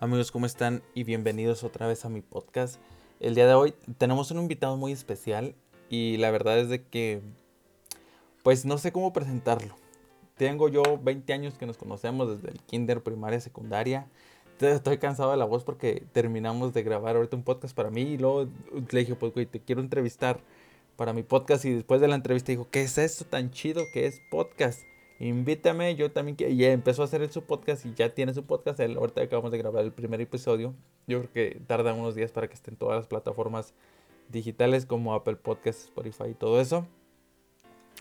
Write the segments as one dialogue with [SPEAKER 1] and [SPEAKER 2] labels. [SPEAKER 1] Amigos, ¿cómo están? Y bienvenidos otra vez a mi podcast. El día de hoy tenemos un invitado muy especial y la verdad es de que, pues no sé cómo presentarlo. Tengo yo 20 años que nos conocemos desde el kinder, primaria, secundaria. Entonces estoy cansado de la voz porque terminamos de grabar ahorita un podcast para mí y luego le dije, pues güey, te quiero entrevistar para mi podcast y después de la entrevista dijo, ¿qué es esto tan chido que es podcast? invítame, yo también quiero. Y empezó a hacer él su podcast y ya tiene su podcast. Él, ahorita acabamos de grabar el primer episodio. Yo creo que tarda unos días para que estén todas las plataformas digitales como Apple Podcasts, Spotify y todo eso.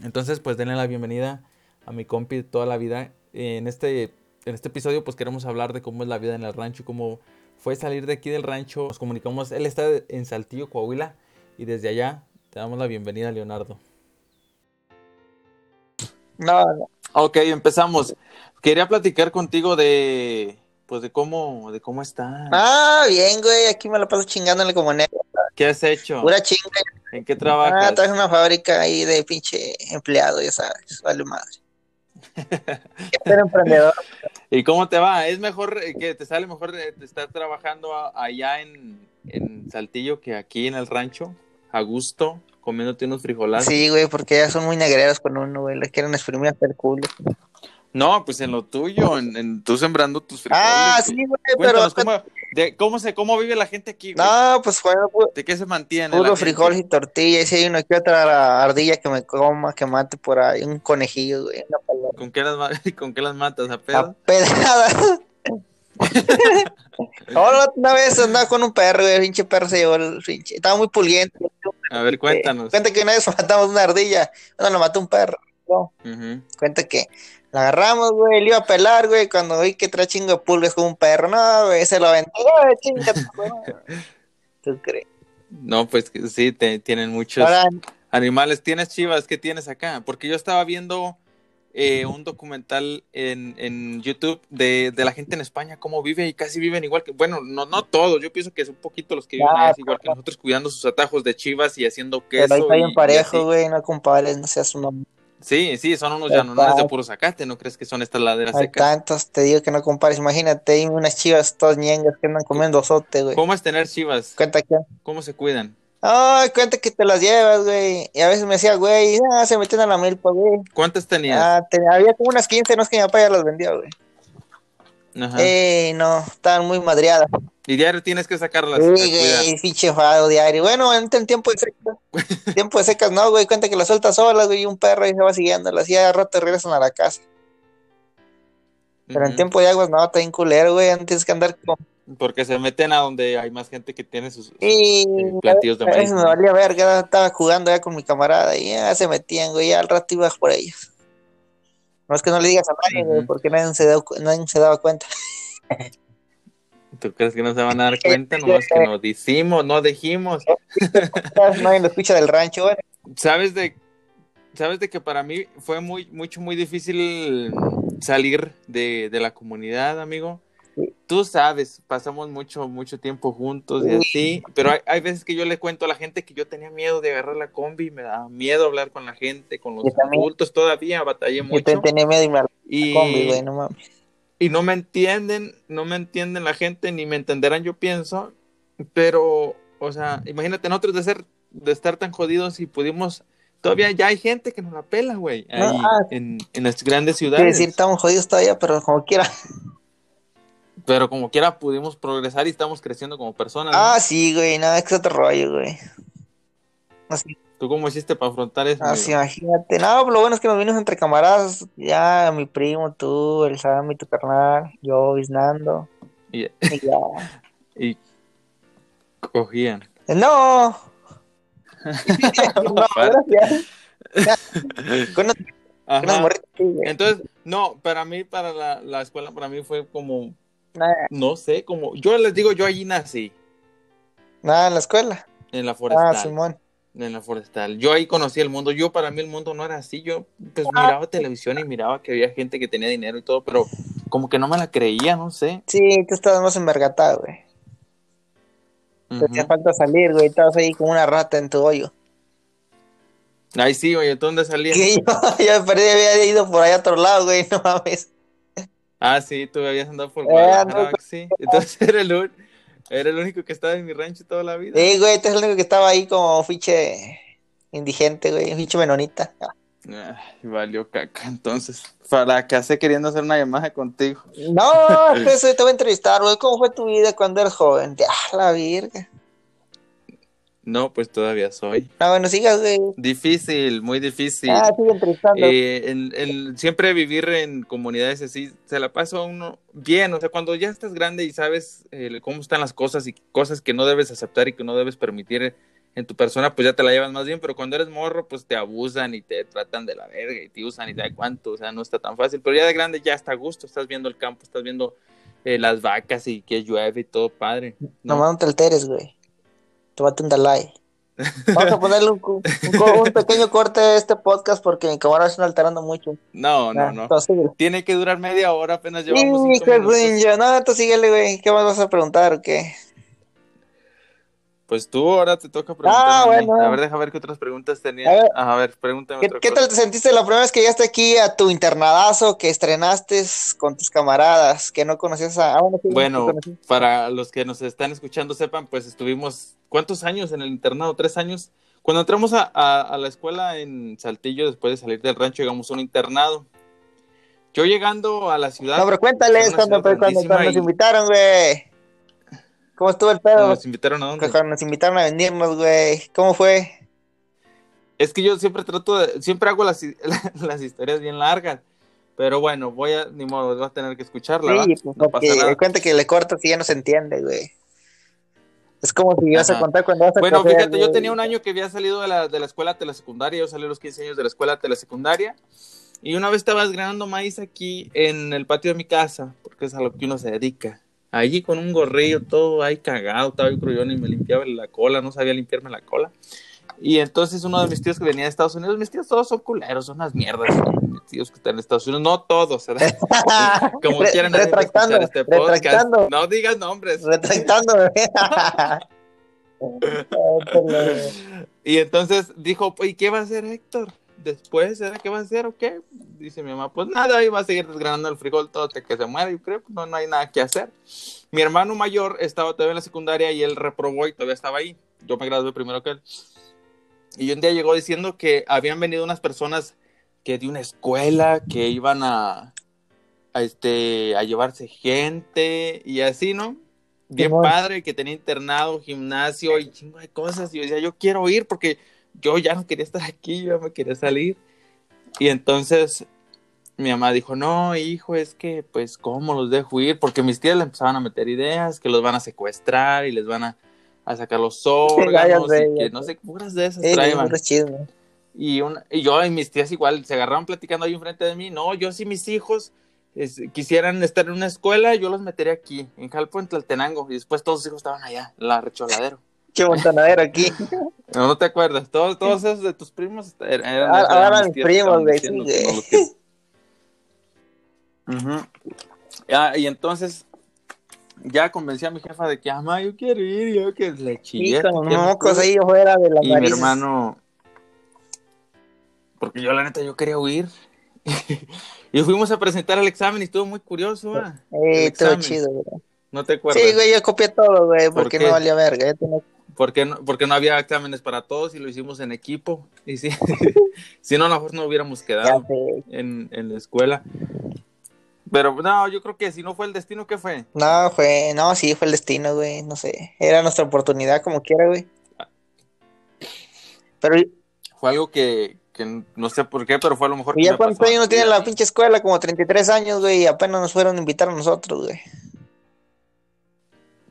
[SPEAKER 1] Entonces, pues denle la bienvenida a mi compi de toda la vida. En este, en este episodio, pues queremos hablar de cómo es la vida en el rancho, cómo fue salir de aquí del rancho. Nos comunicamos, él está en Saltillo, Coahuila, y desde allá te damos la bienvenida, Leonardo.
[SPEAKER 2] No, no.
[SPEAKER 1] Ok, empezamos. Quería platicar contigo de pues de cómo de cómo estás.
[SPEAKER 2] Ah, bien, güey, aquí me la paso chingándole como negro.
[SPEAKER 1] ¿Qué has hecho?
[SPEAKER 2] Pura chinga.
[SPEAKER 1] ¿En qué
[SPEAKER 2] Ah,
[SPEAKER 1] trabajas?
[SPEAKER 2] traje una fábrica ahí de pinche empleado, ya sabes, vale madre. Quiero ser emprendedor.
[SPEAKER 1] ¿Y cómo te va? ¿Es mejor eh, que te sale mejor eh, de estar trabajando a- allá en, en Saltillo que aquí en el rancho? A gusto, comiéndote unos frijolazos.
[SPEAKER 2] Sí, güey, porque ya son muy negreros con uno, güey, les quieren exprimir hasta el culo.
[SPEAKER 1] No, pues en lo tuyo, en, en tú sembrando tus frijoles.
[SPEAKER 2] Ah,
[SPEAKER 1] güey.
[SPEAKER 2] sí, güey, pero...
[SPEAKER 1] Cuéntanos cómo, de, cómo se cómo vive la gente aquí, güey.
[SPEAKER 2] No, pues, güey, pu-
[SPEAKER 1] ¿De qué se mantiene? la
[SPEAKER 2] puro
[SPEAKER 1] gente?
[SPEAKER 2] frijol y tortilla, y si hay una que otra ardilla que me coma, que mate por ahí, un conejillo, güey, una paloma.
[SPEAKER 1] ¿Con qué las ma- con qué las matas, a pedo?
[SPEAKER 2] La pedrada. Ahora una Oh, vez andaba con un perro, güey, el pinche perro se llevó el pinche. Estaba muy puliente.
[SPEAKER 1] A
[SPEAKER 2] eh,
[SPEAKER 1] ver, cuéntanos.
[SPEAKER 2] Cuenta que una vez matamos una ardilla. Bueno, lo mató un perro. No,
[SPEAKER 1] Ujú.
[SPEAKER 2] cuenta que la agarramos, güey, le iba a pelar, güey, cuando vi que trae chingo de pulgas como un perro. No, güey, se lo aventó. Ay, chinga tu madre. ¿Tú crees?
[SPEAKER 1] No, pues que sí, te- tienen muchos
[SPEAKER 2] Ahora,
[SPEAKER 1] animales. ¿Tienes chivas? ¿Qué tienes acá? Porque yo estaba viendo eh, un documental en, en YouTube de, de la gente en España, cómo vive y casi viven igual que, bueno, no, no todos, yo pienso que son poquitos los que viven
[SPEAKER 2] Ah,
[SPEAKER 1] así igual que nosotros, cuidando sus atajos de chivas y haciendo
[SPEAKER 2] pero
[SPEAKER 1] queso.
[SPEAKER 2] ahí está
[SPEAKER 1] y-
[SPEAKER 2] bien
[SPEAKER 1] y así.
[SPEAKER 2] parejo, güey, no compares, no seas un mamón.
[SPEAKER 1] Sí, sí, son unos
[SPEAKER 2] Ahí
[SPEAKER 1] llanones de
[SPEAKER 2] está.
[SPEAKER 1] puro zacate, ¿no crees que son estas laderas
[SPEAKER 2] Hay
[SPEAKER 1] secas?
[SPEAKER 2] tantos, te digo que no compares. Imagínate, hay unas chivas todas ñengas que andan comiendo sote, güey.
[SPEAKER 1] ¿Cómo es tener chivas?
[SPEAKER 2] Cuenta que
[SPEAKER 1] ¿Cómo se cuidan?
[SPEAKER 2] Ay, cuenta que te las llevas, güey. Y a veces me decía, güey, ah, se meten a la milpa, güey.
[SPEAKER 1] ¿Cuántas tenías?
[SPEAKER 2] Ah, te- había como unas 15, no es que mi papá ya las vendió, güey.
[SPEAKER 1] Ajá.
[SPEAKER 2] Eh, no, estaban muy madreadas.
[SPEAKER 1] Y diario tienes que sacarlas. a
[SPEAKER 2] Uy,
[SPEAKER 1] cuidar.
[SPEAKER 2] güey, pinche enfado diario. Bueno, en en tiempo de secas, tiempo de secas no, güey. Cuenta que las sueltas solas, güey, y un perro ahí se va siguiendo. Las hacía rato regresan a la casa. Pero en
[SPEAKER 1] Ujú.
[SPEAKER 2] tiempo de aguas no, está bien culero, güey. Antes que andar con.
[SPEAKER 1] Porque se meten a donde hay más gente que tiene sus, sus,
[SPEAKER 2] Y
[SPEAKER 1] eh, platillos de
[SPEAKER 2] a
[SPEAKER 1] maíz.
[SPEAKER 2] veces me
[SPEAKER 1] ¿no?
[SPEAKER 2] valía verga, estaba jugando ya con mi camarada y ya se metían, güey, ya al rato ibas por ellos. No es que no le digas a nadie, güey,
[SPEAKER 1] Ujú.
[SPEAKER 2] porque nadie se, daba cu- nadie se daba cuenta.
[SPEAKER 1] ¿Tú crees que no se van a dar cuenta? No, es que nos dijimos, no dijimos.
[SPEAKER 2] nadie lo escucha del rancho, güey.
[SPEAKER 1] ¿Sabes de, sabes de que para mí fue muy, mucho, muy difícil salir de, de la comunidad, amigo?
[SPEAKER 2] Sí.
[SPEAKER 1] Tú sabes, pasamos mucho, mucho tiempo juntos y así, pero hay, hay veces que yo le cuento a la gente que yo tenía miedo de agarrar la combi, me daba miedo hablar con la gente, con los
[SPEAKER 2] Yo también.
[SPEAKER 1] adultos, todavía batallé
[SPEAKER 2] Yo te-
[SPEAKER 1] mucho.
[SPEAKER 2] tenía miedo y me arrancó
[SPEAKER 1] Y,
[SPEAKER 2] la combi, güey, no mames.
[SPEAKER 1] y no me entienden, no me entienden la gente, ni me entenderán, yo pienso, pero, o sea, imagínate nosotros de ser, de estar tan jodidos y pudimos, todavía ya hay gente que nos la pela, güey,
[SPEAKER 2] No,
[SPEAKER 1] ahí
[SPEAKER 2] ah.
[SPEAKER 1] en, en las grandes
[SPEAKER 2] Quiero
[SPEAKER 1] ciudades,
[SPEAKER 2] decir, estamos jodidos todavía, pero como quiera.
[SPEAKER 1] pero como quiera pudimos progresar y estamos creciendo como personas, ¿no?
[SPEAKER 2] Ah, sí, güey, no, es que es otro rollo, güey. Así,
[SPEAKER 1] ¿Tú cómo hiciste para afrontar eso?
[SPEAKER 2] así,
[SPEAKER 1] amigo?
[SPEAKER 2] imagínate. No, pero lo bueno es que nos vinimos entre camaradas. Ya, mi primo, tú, el Sammy, tu carnal, yo, Isnando.
[SPEAKER 1] Y,
[SPEAKER 2] Y ya.
[SPEAKER 1] y cogían.
[SPEAKER 2] No. no, gracias. Con unas, con
[SPEAKER 1] Ajá.
[SPEAKER 2] unas morritas, sí, güey.
[SPEAKER 1] Entonces, no, para mí, para la, la escuela, para mí fue como,
[SPEAKER 2] Nada,
[SPEAKER 1] no sé, como, yo les digo, yo allí nací,
[SPEAKER 2] nada en la escuela.
[SPEAKER 1] en la
[SPEAKER 2] Ah,
[SPEAKER 1] forestal.
[SPEAKER 2] Simón.
[SPEAKER 1] En la forestal. Yo ahí conocí el mundo. Yo para mí el mundo no era así. Yo pues miraba televisión y miraba que había gente que tenía dinero y todo, pero como que no me la creía, no sé.
[SPEAKER 2] Sí, tú estabas más envergatado, güey. Te hacía
[SPEAKER 1] Ujú.
[SPEAKER 2] falta salir, güey. Estabas ahí como una rata en tu hoyo.
[SPEAKER 1] Ahí sí, oye, ¿tú dónde salías?
[SPEAKER 2] Que yo, yo me perdí, había ido por allá a otro lado, güey. No mames.
[SPEAKER 1] Ah, sí, tú habías andado por
[SPEAKER 2] Eh,
[SPEAKER 1] Guadalajara,
[SPEAKER 2] ando-
[SPEAKER 1] sí. Entonces era el, un- era el único que estaba en mi rancho toda la vida.
[SPEAKER 2] Sí, güey, este es el único que estaba ahí como fiche indigente, güey, fiche menonita.
[SPEAKER 1] Ay, valió caca. Entonces, para que hace queriendo hacer una llamada contigo.
[SPEAKER 2] No, es que eso te voy a entrevistar, güey. ¿Cómo fue tu vida cuando eras joven? De, ah, la virga.
[SPEAKER 1] No, pues todavía soy.
[SPEAKER 2] No, bueno, sigas, güey.
[SPEAKER 1] Difícil, muy difícil.
[SPEAKER 2] Ah, sigue entrevistando.
[SPEAKER 1] Eh, en- en- siempre vivir en comunidades así, se la pasa a uno bien, o sea, cuando ya estás grande y sabes eh, cómo están las cosas y cosas que no debes aceptar y que no debes permitir en tu persona, pues ya te la llevas más bien, pero cuando eres morro, pues te abusan y te tratan de la verga y te usan y te da cuánto, o sea, no está tan fácil, pero ya de grande ya está a gusto, estás viendo el campo, estás viendo eh, las vacas y que llueve y todo padre. ¿no?
[SPEAKER 2] Nomás no te alteres, güey. Tómate un Dalai. Vamos a ponerle un, cu- un co- un pequeño corte a este podcast porque mi cámara está alterando mucho.
[SPEAKER 1] no, no,
[SPEAKER 2] Ah,
[SPEAKER 1] no.
[SPEAKER 2] entonces, güey.
[SPEAKER 1] Tiene que durar media hora, apenas llevamos
[SPEAKER 2] Sí,
[SPEAKER 1] cinco
[SPEAKER 2] qué
[SPEAKER 1] minutos.
[SPEAKER 2] ruño. No, tú síguele, güey. ¿Qué más vas a preguntar o qué?
[SPEAKER 1] Pues tú ahora te toca preguntar.
[SPEAKER 2] Ah,
[SPEAKER 1] a mí.
[SPEAKER 2] bueno.
[SPEAKER 1] A ver, deja ver qué otras preguntas tenía.
[SPEAKER 2] A ver.
[SPEAKER 1] Ah, A ver, pregúntame
[SPEAKER 2] ¿Qué,
[SPEAKER 1] otra
[SPEAKER 2] qué
[SPEAKER 1] cosa.
[SPEAKER 2] tal te sentiste la primera vez que llegaste aquí a tu internadazo que estrenaste con tus camaradas que no conocías a... Ah, bueno, sí, sí
[SPEAKER 1] Bueno,
[SPEAKER 2] conocí.
[SPEAKER 1] para los que nos están escuchando sepan, pues estuvimos, ¿cuántos años en el internado? ¿Tres años? Cuando entramos a, a- a la escuela en Saltillo, después de salir del rancho, llegamos a un internado. Yo llegando a la ciudad...
[SPEAKER 2] No, pero
[SPEAKER 1] era
[SPEAKER 2] cuéntales
[SPEAKER 1] una
[SPEAKER 2] cuando,
[SPEAKER 1] ciudad
[SPEAKER 2] cuando- cuando
[SPEAKER 1] grandísima
[SPEAKER 2] nos
[SPEAKER 1] y
[SPEAKER 2] invitaron, güey. ¿Cómo estuvo el pedo?
[SPEAKER 1] nos invitaron a dónde.
[SPEAKER 2] Cuando nos invitaron a venirnos, güey. ¿Cómo fue?
[SPEAKER 1] Es que yo siempre trato de, siempre hago las, las historias bien largas, pero bueno, voy a, ni modo, vas a tener que escucharla, ¿va?
[SPEAKER 2] Sí, pues,
[SPEAKER 1] No
[SPEAKER 2] porque
[SPEAKER 1] pasa nada.
[SPEAKER 2] de cuenta que le cortas y ya no se entiende, güey. Es como si ibas a
[SPEAKER 1] Ajá.
[SPEAKER 2] contar cuando vas a
[SPEAKER 1] Bueno,
[SPEAKER 2] correr,
[SPEAKER 1] fíjate, yo
[SPEAKER 2] güey.
[SPEAKER 1] tenía un año que había salido de la, de la escuela telesecundaria, yo salí a los 15 años de la escuela telesecundaria, y una vez estaba granando maíz aquí en el patio de mi casa, porque es a lo que uno se dedica. Allí con un gorrillo todo ahí cagado, estaba yo cruyón y me limpiaba la cola, no sabía limpiarme la cola. Y entonces uno de mis tíos que venía de Estados Unidos, mis tíos todos son culeros, son unas mierdas, mis tíos que están en Estados Unidos, no todos, ¿verdad? como
[SPEAKER 2] Re-
[SPEAKER 1] quieran
[SPEAKER 2] retractando,
[SPEAKER 1] este podcast.
[SPEAKER 2] retractando.
[SPEAKER 1] No digas nombres.
[SPEAKER 2] Retractando, güey. Ándale.
[SPEAKER 1] Y entonces dijo, "Pues, ¿y qué va a hacer Héctor? Después, ¿será que va a hacer o qué? Dice mi mamá, pues nada, iba a seguir desgranando el frijol todo hasta que se muera. Yo creo, no, no hay nada que hacer. Mi hermano mayor estaba todavía en la secundaria y él reprobó y todavía estaba ahí. Yo me gradué primero que él. Y un día llegó diciendo que habían venido unas personas que de una escuela que iban a, a, este, a llevarse gente y así, ¿no? Bien
[SPEAKER 2] Simón.
[SPEAKER 1] padre, que tenía internado, gimnasio y chingo de cosas. Y yo decía, yo quiero ir porque yo ya no quería estar aquí, yo ya me quería salir. Y entonces mi mamá dijo, no, hijo, es que, pues, ¿cómo los dejo ir? Porque mis tías le empezaban a meter ideas, que los van a secuestrar y les van a, a sacar los órganos
[SPEAKER 2] sé,
[SPEAKER 1] y
[SPEAKER 2] ya
[SPEAKER 1] que no sé, puras de esas
[SPEAKER 2] Sí,
[SPEAKER 1] traían.
[SPEAKER 2] puro Eh, chisme.
[SPEAKER 1] Y, una- y yo y mis tías igual se agarraban platicando ahí enfrente de mí. No, yo si mis hijos es- quisieran estar en una escuela, yo los metería aquí, en Jalpo, en Tlaltenango. Y después todos los hijos estaban allá, en la recholadero.
[SPEAKER 2] Qué montonadero aquí.
[SPEAKER 1] No, no te acuerdas. Todos, todos esos de tus primos er- eran,
[SPEAKER 2] Ahora- Ah, ahora
[SPEAKER 1] mis tías
[SPEAKER 2] mis
[SPEAKER 1] que estaban
[SPEAKER 2] primos, güey,
[SPEAKER 1] diciendo
[SPEAKER 2] sí,
[SPEAKER 1] que no
[SPEAKER 2] güey.
[SPEAKER 1] los quiero. Ujú. Ah, y entonces ya convencí a mi jefa de que, mamá, yo quiero ir. Y yo que le
[SPEAKER 2] Y
[SPEAKER 1] chillé. pues,
[SPEAKER 2] con
[SPEAKER 1] que no
[SPEAKER 2] mocos
[SPEAKER 1] pude.
[SPEAKER 2] ahí afuera de la
[SPEAKER 1] Y mi hermano, porque yo la neta yo quería huir. y fuimos a presentar el examen y estuvo muy curioso. ah, el
[SPEAKER 2] Eh, todo
[SPEAKER 1] examen.
[SPEAKER 2] chido, güey.
[SPEAKER 1] No te acuerdas.
[SPEAKER 2] Sí, güey, yo copié todo, güey,
[SPEAKER 1] ¿Por
[SPEAKER 2] porque
[SPEAKER 1] qué?
[SPEAKER 2] no valía verga. Yo tenía
[SPEAKER 1] Porque, no, porque no había exámenes para todos y lo hicimos en equipo. Y sí, si no, a lo mejor no hubiéramos quedado
[SPEAKER 2] ya, güey.
[SPEAKER 1] en, en la escuela. Pero no, yo creo que si no fue el destino, ¿qué fue?
[SPEAKER 2] No, fue, no, sí, fue el destino, güey, no sé. Era nuestra oportunidad, como quiera, güey. Pero
[SPEAKER 1] Fue algo que, que no sé por qué, pero fue a lo mejor
[SPEAKER 2] y
[SPEAKER 1] que
[SPEAKER 2] ya
[SPEAKER 1] me
[SPEAKER 2] cuántos
[SPEAKER 1] pasó
[SPEAKER 2] años
[SPEAKER 1] así.
[SPEAKER 2] tiene la pinche escuela, como 33 años, güey, y apenas nos fueron a invitar a nosotros, güey.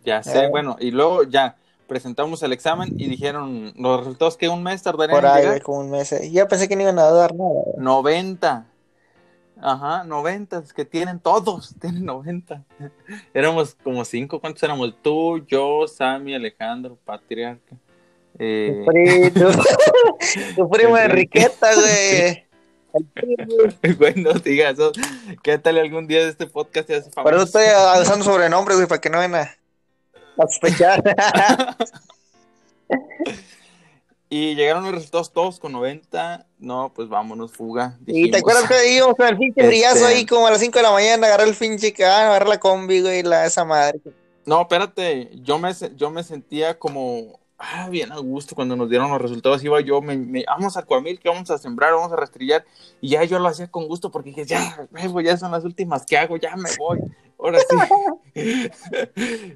[SPEAKER 1] Ya sé,
[SPEAKER 2] Eh.
[SPEAKER 1] bueno, y luego ya presentamos el examen y dijeron los resultados que un mes tardarían
[SPEAKER 2] Por
[SPEAKER 1] en
[SPEAKER 2] ahí,
[SPEAKER 1] llegar.
[SPEAKER 2] güey, como un mes. eh. Ya pensé que no iban a dar nada, güey.
[SPEAKER 1] 90. Ajá, 90, es que tienen todos, tienen 90. Éramos como cinco, ¿cuántos éramos? Tú, yo, Sammy, Alejandro, Patriarca. eh,
[SPEAKER 2] Tu pri- tu- tu primo
[SPEAKER 1] El
[SPEAKER 2] Enriqueta, güey. El primo, güey.
[SPEAKER 1] bueno, diga eso. ¿Qué tal algún día de este podcast se hace
[SPEAKER 2] Por eso
[SPEAKER 1] famoso?
[SPEAKER 2] estoy a- usando sobrenombres, güey, para que no vayan a, a sospechar.
[SPEAKER 1] Y llegaron los resultados todos con 90. No, pues vámonos, fuga.
[SPEAKER 2] Y te acuerdas que íbamos con el pinche
[SPEAKER 1] Este-
[SPEAKER 2] brillazo ahí como a las 5 de la mañana, agarré el pinche que ah, agarré la combi, güey, la esa madre.
[SPEAKER 1] No, espérate, yo me, se- yo me sentía como, ah, bien a gusto cuando nos dieron los resultados, iba yo, me, me- vamos a Cuamil, que vamos a sembrar, vamos a rastrillar, y ya yo lo hacía con gusto porque dije, ya, huevo, ya son las últimas que hago, ya me voy, ahora sí.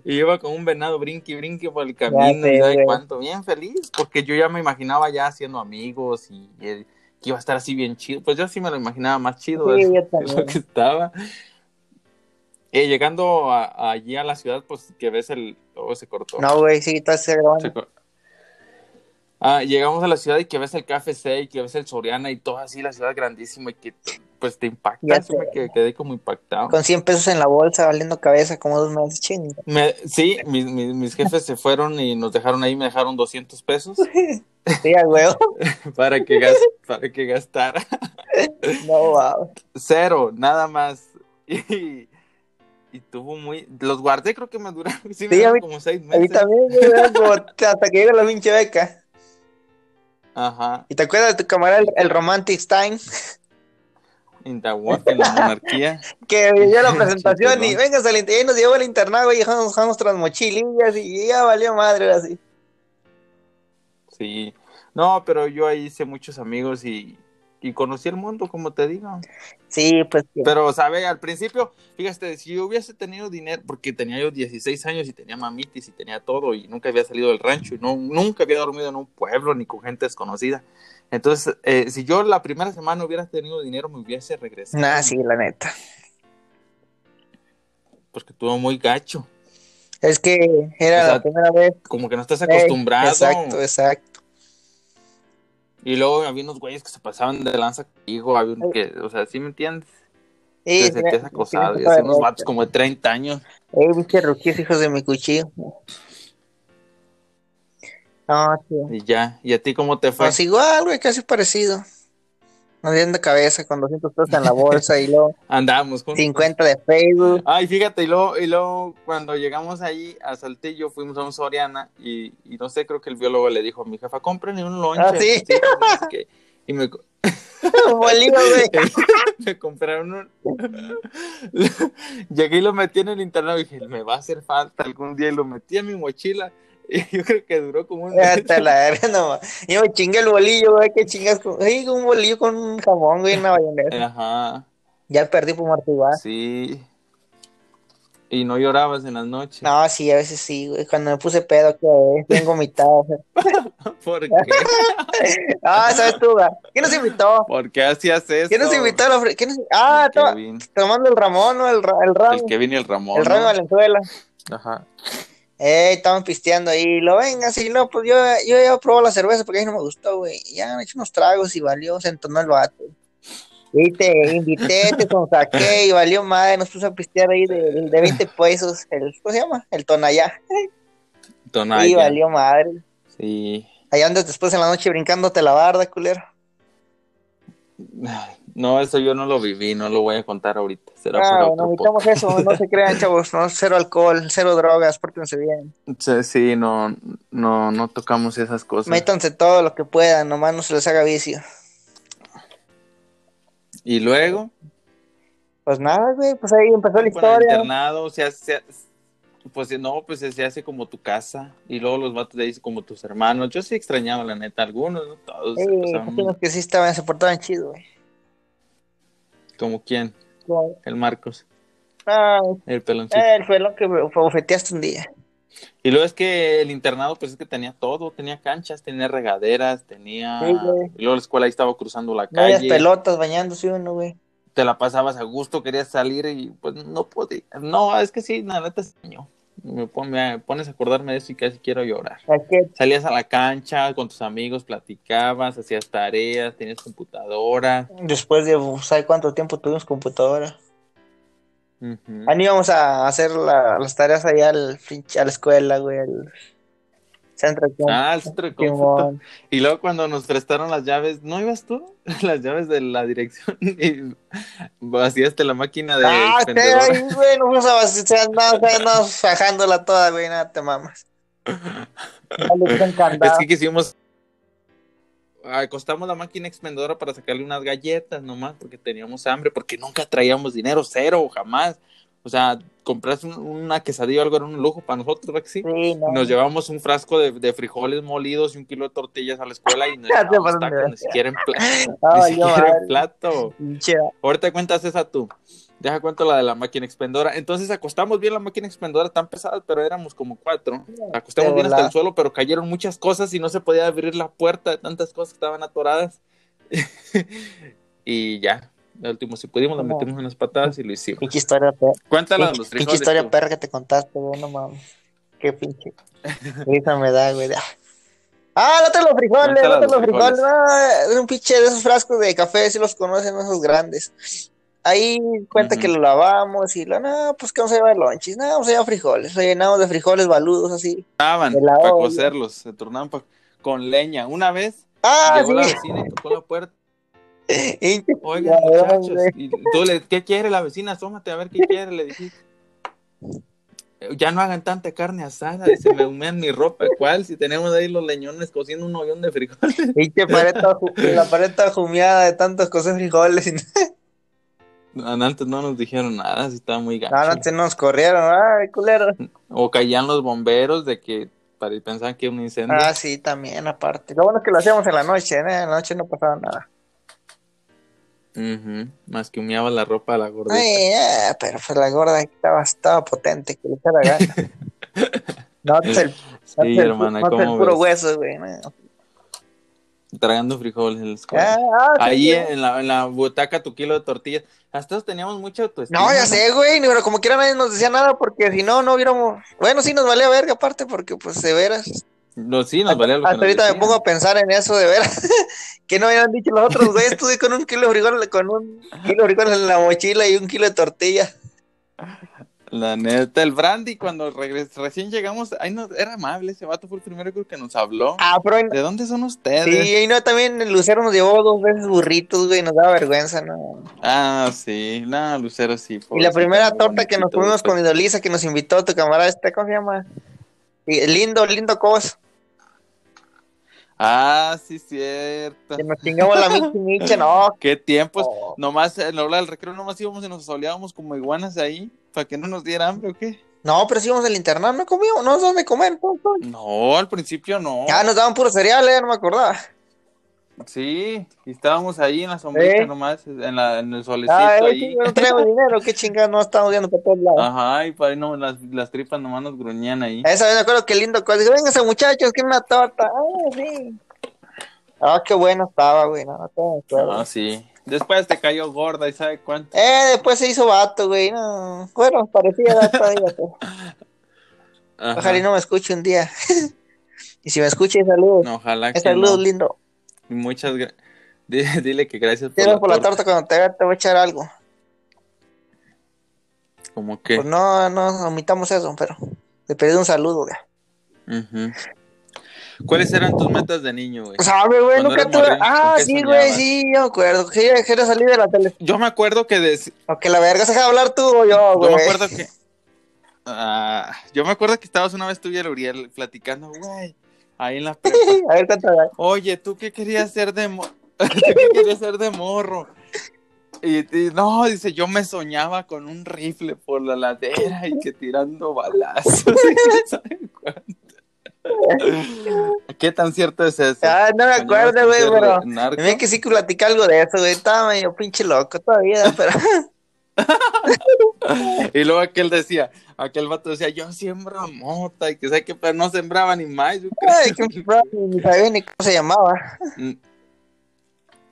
[SPEAKER 1] y iba con un venado brinqui, brinqui por el camino,
[SPEAKER 2] sé,
[SPEAKER 1] y sabe
[SPEAKER 2] güey.
[SPEAKER 1] cuánto, bien feliz, porque yo ya me imaginaba ya haciendo amigos y el- que iba a estar así bien chido, pues yo sí me lo imaginaba más chido, ¿verdad?
[SPEAKER 2] yo
[SPEAKER 1] es lo que estaba. Eh, llegando a- allí a la ciudad, pues que ves el. Oh, se cortó.
[SPEAKER 2] No, güey, sí, estás grabando.
[SPEAKER 1] Se cor- Ah, llegamos a la ciudad y que ves el KFC y que ves el Soriana y todo así, la ciudad grandísima y que pues te impacta.
[SPEAKER 2] Ya
[SPEAKER 1] Eso me que- quedé como impactado.
[SPEAKER 2] Con 100 pesos en la bolsa, valiendo cabeza como dos meses, chinga.
[SPEAKER 1] Me- sí, mis, mis- mis jefes se fueron y nos dejaron ahí, me dejaron 200 pesos
[SPEAKER 2] Sí, a huevo.
[SPEAKER 1] para que, gas- para que gastara.
[SPEAKER 2] No, wow.
[SPEAKER 1] Cero, nada más. Y, y tuvo muy. Los guardé, creo que me duraron, sí, me
[SPEAKER 2] Sí, a
[SPEAKER 1] duraron
[SPEAKER 2] mí-
[SPEAKER 1] como seis meses.
[SPEAKER 2] A mí también, güey, era como hasta que llega la pinche beca.
[SPEAKER 1] Ajá,
[SPEAKER 2] ¿Y te acuerdas de tu camarada, el, el Romantic Time?
[SPEAKER 1] Intahuaca, la monarquía.
[SPEAKER 2] Que dio la presentación
[SPEAKER 1] Sí,
[SPEAKER 2] y
[SPEAKER 1] perdón.
[SPEAKER 2] venga, al inter- y nos llevó al internado, güey, y dejamos, dejamos nuestras mochilillas y ya valió madre, era así.
[SPEAKER 1] Sí. No, pero yo ahí hice muchos amigos y, y conocí el mundo, como te digo.
[SPEAKER 2] Sí, pues. sí.
[SPEAKER 1] Pero, ¿sabe? Al principio, fíjate, si yo hubiese tenido dinero, porque tenía yo 16 años y tenía mamitis y tenía todo y nunca había salido del rancho y no, nunca había dormido en un pueblo ni con gente desconocida. Entonces, eh, si yo la primera semana hubiera tenido dinero, me hubiese regresado.
[SPEAKER 2] Nah, sí, la neta.
[SPEAKER 1] Porque tuvo muy gacho.
[SPEAKER 2] Es que era
[SPEAKER 1] O sea,
[SPEAKER 2] la primera vez.
[SPEAKER 1] Como que no estás
[SPEAKER 2] Ey,
[SPEAKER 1] acostumbrado.
[SPEAKER 2] exacto, exacto.
[SPEAKER 1] Y luego había unos güeyes que se pasaban de lanza contigo, había un que, o sea, ¿sí me entiendes?
[SPEAKER 2] Sí,
[SPEAKER 1] te sentías
[SPEAKER 2] tenía-
[SPEAKER 1] acosado, y
[SPEAKER 2] tenía
[SPEAKER 1] así
[SPEAKER 2] un poco
[SPEAKER 1] unos
[SPEAKER 2] de
[SPEAKER 1] vatos como de 30 años.
[SPEAKER 2] Ey, viste ruquillos, hijos de mi cuchillo. No, sí.
[SPEAKER 1] Y ya, ¿y a ti cómo te fue?
[SPEAKER 2] Pues igual, güey, casi parecido. Nos dieron de cabeza con 200 pesos en la bolsa y luego
[SPEAKER 1] Andábamos juntos.
[SPEAKER 2] 50 de Facebook.
[SPEAKER 1] Ay, fíjate, y luego, y luego cuando llegamos ahí a Saltillo, fuimos a un Soriana y, y no sé, creo que el biólogo le dijo a mi jefa, cómprenle un lonche.
[SPEAKER 2] Ah, ¿sí?
[SPEAKER 1] pues, no sé qué. Y me, co-
[SPEAKER 2] Un bolillo, güey.
[SPEAKER 1] me compraron un... Llegué y lo metí en el internado y dije, me va a hacer falta algún día. Y lo metí en mi mochila y yo creo que duró como un mes.
[SPEAKER 2] Hasta la verga nomás. Yo me chingué el bolillo, güey, que chingas con... Ey, un bolillo con un jamón, güey, una bayoneta.
[SPEAKER 1] Ajá.
[SPEAKER 2] Ya perdí por amortiguar.
[SPEAKER 1] Sí. Y no llorabas en las noches.
[SPEAKER 2] No, sí, a veces sí, güey. Cuando me puse pedo, que tengo mitad.
[SPEAKER 1] ¿Por qué?
[SPEAKER 2] Ah, ¿sabes tú, güey? ¿Quién nos invitó?
[SPEAKER 1] ¿Por qué hacías eso?
[SPEAKER 2] ¿Quién nos invitó a la fre- ¿Quién nos... Ah,
[SPEAKER 1] El
[SPEAKER 2] toma-
[SPEAKER 1] Kevin,
[SPEAKER 2] tomando el Ramón o el, Ra- el Rami.
[SPEAKER 1] el Kevin y el Ramón.
[SPEAKER 2] El Rami
[SPEAKER 1] ¿no?
[SPEAKER 2] Valenzuela.
[SPEAKER 1] Ajá.
[SPEAKER 2] Eh, estaban pisteando ahí, lo venga, sí, no, pues yo, yo ya probé la cerveza porque a mí no me gustó, güey. Y Ya me eché unos tragos y valió, se entonó el vato. Y te invité, te consaqué y valió madre, nos puso a pistear ahí de, de 20 pesos, el, ¿cómo se llama? El Tonayá.
[SPEAKER 1] Tonaya.
[SPEAKER 2] Y valió madre.
[SPEAKER 1] Sí.
[SPEAKER 2] Allá andas después en la noche brincándote la barda, culero.
[SPEAKER 1] Ay, No, eso yo no lo viví, no lo voy a contar ahorita. Será para
[SPEAKER 2] Ah,
[SPEAKER 1] otro
[SPEAKER 2] no necesitamos eso, no se crean, chavos, no, cero alcohol, cero drogas, pórtense bien.
[SPEAKER 1] podcast. Sí, no, no, no tocamos esas cosas.
[SPEAKER 2] Métanse todo lo que puedan, nomás no se les haga vicio.
[SPEAKER 1] Y luego,
[SPEAKER 2] Pues nada, güey, pues ahí empezó la
[SPEAKER 1] con el
[SPEAKER 2] historia.
[SPEAKER 1] internado, se hace, se hace- pues no, pues se hace como tu casa. Y luego los vatos de ahí como tus hermanos. Yo sí extrañaba, la neta, algunos, no todos. se
[SPEAKER 2] Ey,
[SPEAKER 1] pasaban
[SPEAKER 2] hay unos que sí estaban, se portaban chido, güey.
[SPEAKER 1] Como quién,
[SPEAKER 2] Como,
[SPEAKER 1] el Marcos,
[SPEAKER 2] ah,
[SPEAKER 1] el peloncito.
[SPEAKER 2] él fue lo que me bofeteaste un día.
[SPEAKER 1] Y luego es que el internado, pues es que tenía todo, tenía canchas, tenía regaderas, tenía...
[SPEAKER 2] Sí, güey.
[SPEAKER 1] y luego la escuela ahí estaba cruzando la
[SPEAKER 2] Medias
[SPEAKER 1] calle,
[SPEAKER 2] pelotas bañándose uno, güey.
[SPEAKER 1] te la pasabas a gusto, querías salir y pues no podía. No, es que sí, la neta se dañó. Me, pon- me pones a acordarme de eso y casi quiero llorar.
[SPEAKER 2] Es que,
[SPEAKER 1] Salías a la cancha con tus amigos, platicabas, hacías tareas, tenías computadora.
[SPEAKER 2] después de, ¿sabes cuánto tiempo tuvimos computadora?
[SPEAKER 1] Ujú.
[SPEAKER 2] Ah, no íbamos a hacer la- las tareas allá al, pinche- a la escuela, güey, al centro de cómputo.
[SPEAKER 1] Ah, el centro de cómputo.
[SPEAKER 2] Simón.
[SPEAKER 1] Y luego cuando nos prestaron las llaves, ¿no ibas tú? Las llaves de la dirección y vaciaste la máquina de
[SPEAKER 2] Ah, sí,
[SPEAKER 1] expendedora.
[SPEAKER 2] ay, güey, no fuimos a base- o sea, no, o sea, no, fajándola toda, güey, nada, te mamas. Dale, te
[SPEAKER 1] Es
[SPEAKER 2] encantado.
[SPEAKER 1] que quisimos acostamos la máquina expendedora para sacarle unas galletas nomás, porque teníamos hambre, porque nunca traíamos dinero, cero, jamás. O sea, comprarse un- una quesadilla o algo era un lujo para nosotros, ¿verdad que sí?
[SPEAKER 2] Sí, no.
[SPEAKER 1] Nos llevamos un frasco de, de frijoles molidos y un kilo de tortillas a la escuela y nos
[SPEAKER 2] Ya te
[SPEAKER 1] llevábamos
[SPEAKER 2] pasaste de
[SPEAKER 1] tacos, ni siquiera en plato.
[SPEAKER 2] Ah,
[SPEAKER 1] ni
[SPEAKER 2] yo,
[SPEAKER 1] siquiera en
[SPEAKER 2] madre.
[SPEAKER 1] plato.
[SPEAKER 2] Pinche-
[SPEAKER 1] Ahorita cuentas esa tú. Deja cuento la de la máquina expendedora. Entonces acostamos bien la máquina expendedora, tan pesada, pero éramos como cuatro. Acostamos
[SPEAKER 2] De
[SPEAKER 1] bien hasta
[SPEAKER 2] volada.
[SPEAKER 1] el suelo, pero cayeron muchas cosas y no se podía abrir la puerta de tantas cosas que estaban atoradas. y ya, al último, si pudimos, la
[SPEAKER 2] Como-
[SPEAKER 1] metimos en las patadas y lo hicimos.
[SPEAKER 2] Pinche historia perra.
[SPEAKER 1] Cuéntala de
[SPEAKER 2] Pinche-
[SPEAKER 1] los
[SPEAKER 2] Pinche
[SPEAKER 1] frijoles.
[SPEAKER 2] historia
[SPEAKER 1] tú.
[SPEAKER 2] perra que te contaste, güey, no mames. Qué pinche. Risa me da, güey. Ah, no te los frijoles,
[SPEAKER 1] Cuéntala
[SPEAKER 2] no te
[SPEAKER 1] los
[SPEAKER 2] los frijoles.
[SPEAKER 1] frijoles.
[SPEAKER 2] Ah, es un pinche de esos frascos de café, si los conocen, esos grandes. Ahí cuenta que
[SPEAKER 1] Ujú.
[SPEAKER 2] lo lavamos y lo, no, pues que vamos a llevar lonches, no, vamos a llevar frijoles. Lo llenamos de frijoles baludos así.
[SPEAKER 1] Tornaban
[SPEAKER 2] de la
[SPEAKER 1] para
[SPEAKER 2] olla.
[SPEAKER 1] cocerlos, se tornaban pa- con leña. Una vez
[SPEAKER 2] Ah,
[SPEAKER 1] llegó la
[SPEAKER 2] sí.
[SPEAKER 1] vecina y tocó la puerta.
[SPEAKER 2] Pinche-
[SPEAKER 1] Oigan,
[SPEAKER 2] Ya,
[SPEAKER 1] muchachos,
[SPEAKER 2] hombre.
[SPEAKER 1] y tú le, ¿qué quiere la vecina? Asómate a ver qué quiere, le dije. Ya no hagan tanta carne asada, se me humean mi ropa. ¿Cuál? Si tenemos ahí los leñones cociendo un hoyón de frijoles.
[SPEAKER 2] Pinche pared toda ju- la pared toda jumeada de tantas cosas frijoles. y-
[SPEAKER 1] Antes no nos dijeron nada, si estaba muy gacho.
[SPEAKER 2] No, no, te nos corrieron, ay, culero.
[SPEAKER 1] O caían los bomberos de que para- pensaban que era un incendio.
[SPEAKER 2] Ah, sí, también, aparte. Lo bueno es que lo hacíamos en la noche, ¿eh? En la noche no pasaba nada.
[SPEAKER 1] Ujú, Más que humeaba la ropa a la gordita.
[SPEAKER 2] Ay, eh, pero pues la gorda estaba, estaba potente, que le echara gana. No, es el, no
[SPEAKER 1] sí,
[SPEAKER 2] es el-
[SPEAKER 1] hermana,
[SPEAKER 2] no es el
[SPEAKER 1] ¿cómo
[SPEAKER 2] puro
[SPEAKER 1] ves?
[SPEAKER 2] hueso, güey. no.
[SPEAKER 1] Tragando frijoles en la escuela.
[SPEAKER 2] Ah, ah, sí,
[SPEAKER 1] Ahí
[SPEAKER 2] sí.
[SPEAKER 1] en la, en la butaca tu kilo de tortillas. Hasta teníamos mucha autoestima.
[SPEAKER 2] No, ya sé, güey, ni- pero como quiera nadie nos decía nada porque si no, no hubiéramos... Bueno, sí nos valía verga aparte porque pues de veras...
[SPEAKER 1] No, sí, nos valía lo que
[SPEAKER 2] Hasta
[SPEAKER 1] nos
[SPEAKER 2] ahorita me
[SPEAKER 1] decían.
[SPEAKER 2] pongo a pensar en eso de veras. que no habían dicho los otros, güey, estuve con un kilo de frijoles, con un kilo de frijoles en la mochila y un kilo de tortilla.
[SPEAKER 1] La neta, el Brandy, cuando regres- recién llegamos, ahí nos, era amable. Ese vato fue el primero creo que nos habló.
[SPEAKER 2] Ah, pero en-
[SPEAKER 1] ¿De dónde son ustedes?
[SPEAKER 2] Sí, y no, también el Lucero nos llevó dos veces burritos, güey, nos daba vergüenza, ¿no?
[SPEAKER 1] Ah, sí. No, Lucero sí.
[SPEAKER 2] Y la
[SPEAKER 1] pobrecito,
[SPEAKER 2] primera
[SPEAKER 1] muy
[SPEAKER 2] torta que nos
[SPEAKER 1] bonitito,
[SPEAKER 2] comimos
[SPEAKER 1] pero-
[SPEAKER 2] con Idolisa, que nos invitó tu camarada, este, ¿cómo se llama? Sí, Lindo, lindo cos,
[SPEAKER 1] Ah, sí, cierto.
[SPEAKER 2] que nos chingamos la michi micha, no.
[SPEAKER 1] Qué tiempos.
[SPEAKER 2] no.
[SPEAKER 1] Nomás, en la hora del recreo, nomás íbamos y nos soleábamos como iguanas ahí. ¿Para que no nos diera hambre o qué?
[SPEAKER 2] No, pero si íbamos al internado, no comíamos, no nos daban de comer, no, no.
[SPEAKER 1] No, al principio no.
[SPEAKER 2] Ya nos daban puro cereal, eh, no me acordaba.
[SPEAKER 1] Sí, y estábamos ahí en la sombrita
[SPEAKER 2] ¿Eh?
[SPEAKER 1] nomás, en, la, en el solecito
[SPEAKER 2] Ah, eh, sí,
[SPEAKER 1] ahí. Ah,
[SPEAKER 2] no traemos dinero, qué chingada, no estamos viendo para todos lados.
[SPEAKER 1] Ajá, y para ahí no, las, las tripas nomás nos gruñían ahí.
[SPEAKER 2] Esa vez me acuerdo que lindo cos, dijo, vénganse muchachos, que una torta, ah, sí. Ah, qué bueno estaba, güey, no, no te me acuerdo.
[SPEAKER 1] Ah, sí. Después te cayó gorda y sabe cuánto.
[SPEAKER 2] Eh, después se hizo vato, güey. No. Bueno, parecía vato. ahí, vato.
[SPEAKER 1] Ajá.
[SPEAKER 2] Ojalá y no me escuche un día. y si me escucha, saludos.
[SPEAKER 1] No, ojalá
[SPEAKER 2] Eh,
[SPEAKER 1] que
[SPEAKER 2] saludos,
[SPEAKER 1] no.
[SPEAKER 2] lindo.
[SPEAKER 1] Muchas gracias. Dile que gracias por
[SPEAKER 2] Te
[SPEAKER 1] la,
[SPEAKER 2] por la
[SPEAKER 1] torta.
[SPEAKER 2] torta cuando te vea, te voy a echar algo.
[SPEAKER 1] Como que.
[SPEAKER 2] Pues no, no omitamos eso, pero te pedí un saludo, güey.
[SPEAKER 1] Ujú. ¿Cuáles eran tus metas de niño, güey?
[SPEAKER 2] Pues sabe, güey,
[SPEAKER 1] Cuando
[SPEAKER 2] nunca
[SPEAKER 1] eras
[SPEAKER 2] tuve.
[SPEAKER 1] morrillo,
[SPEAKER 2] Ah,
[SPEAKER 1] ¿con qué
[SPEAKER 2] sí, güey,
[SPEAKER 1] soñabas?
[SPEAKER 2] sí, yo me acuerdo. Que yo quería salir de la tele.
[SPEAKER 1] Yo me acuerdo que des-
[SPEAKER 2] Aunque la verga se deja hablar tú o yo,
[SPEAKER 1] Yo
[SPEAKER 2] güey.
[SPEAKER 1] me acuerdo que. Ah, yo me acuerdo que estabas una vez tú y el Uriel platicando, güey, ahí en la prepa.
[SPEAKER 2] A ver, cuéntame.
[SPEAKER 1] Oye, ¿tú qué querías ser de, mo- ¿tú qué querías ser de morro? Y, y no, dice, yo me soñaba con un rifle por la ladera y que tirando balazos. y no sabe cuánto. ¿Qué tan cierto es eso?
[SPEAKER 2] Ah, no me acuerdo, güey, pero.
[SPEAKER 1] Narco.
[SPEAKER 2] Mira que sí que platica algo de eso, güey. Estaba medio pinche loco todavía, pero.
[SPEAKER 1] Y luego aquel decía, aquel vato decía, yo siembro mota y que sé que pero no sembraba ni más. yo creo.
[SPEAKER 2] Ay, que mi papá ni sabía ni cómo se llamaba.
[SPEAKER 1] N-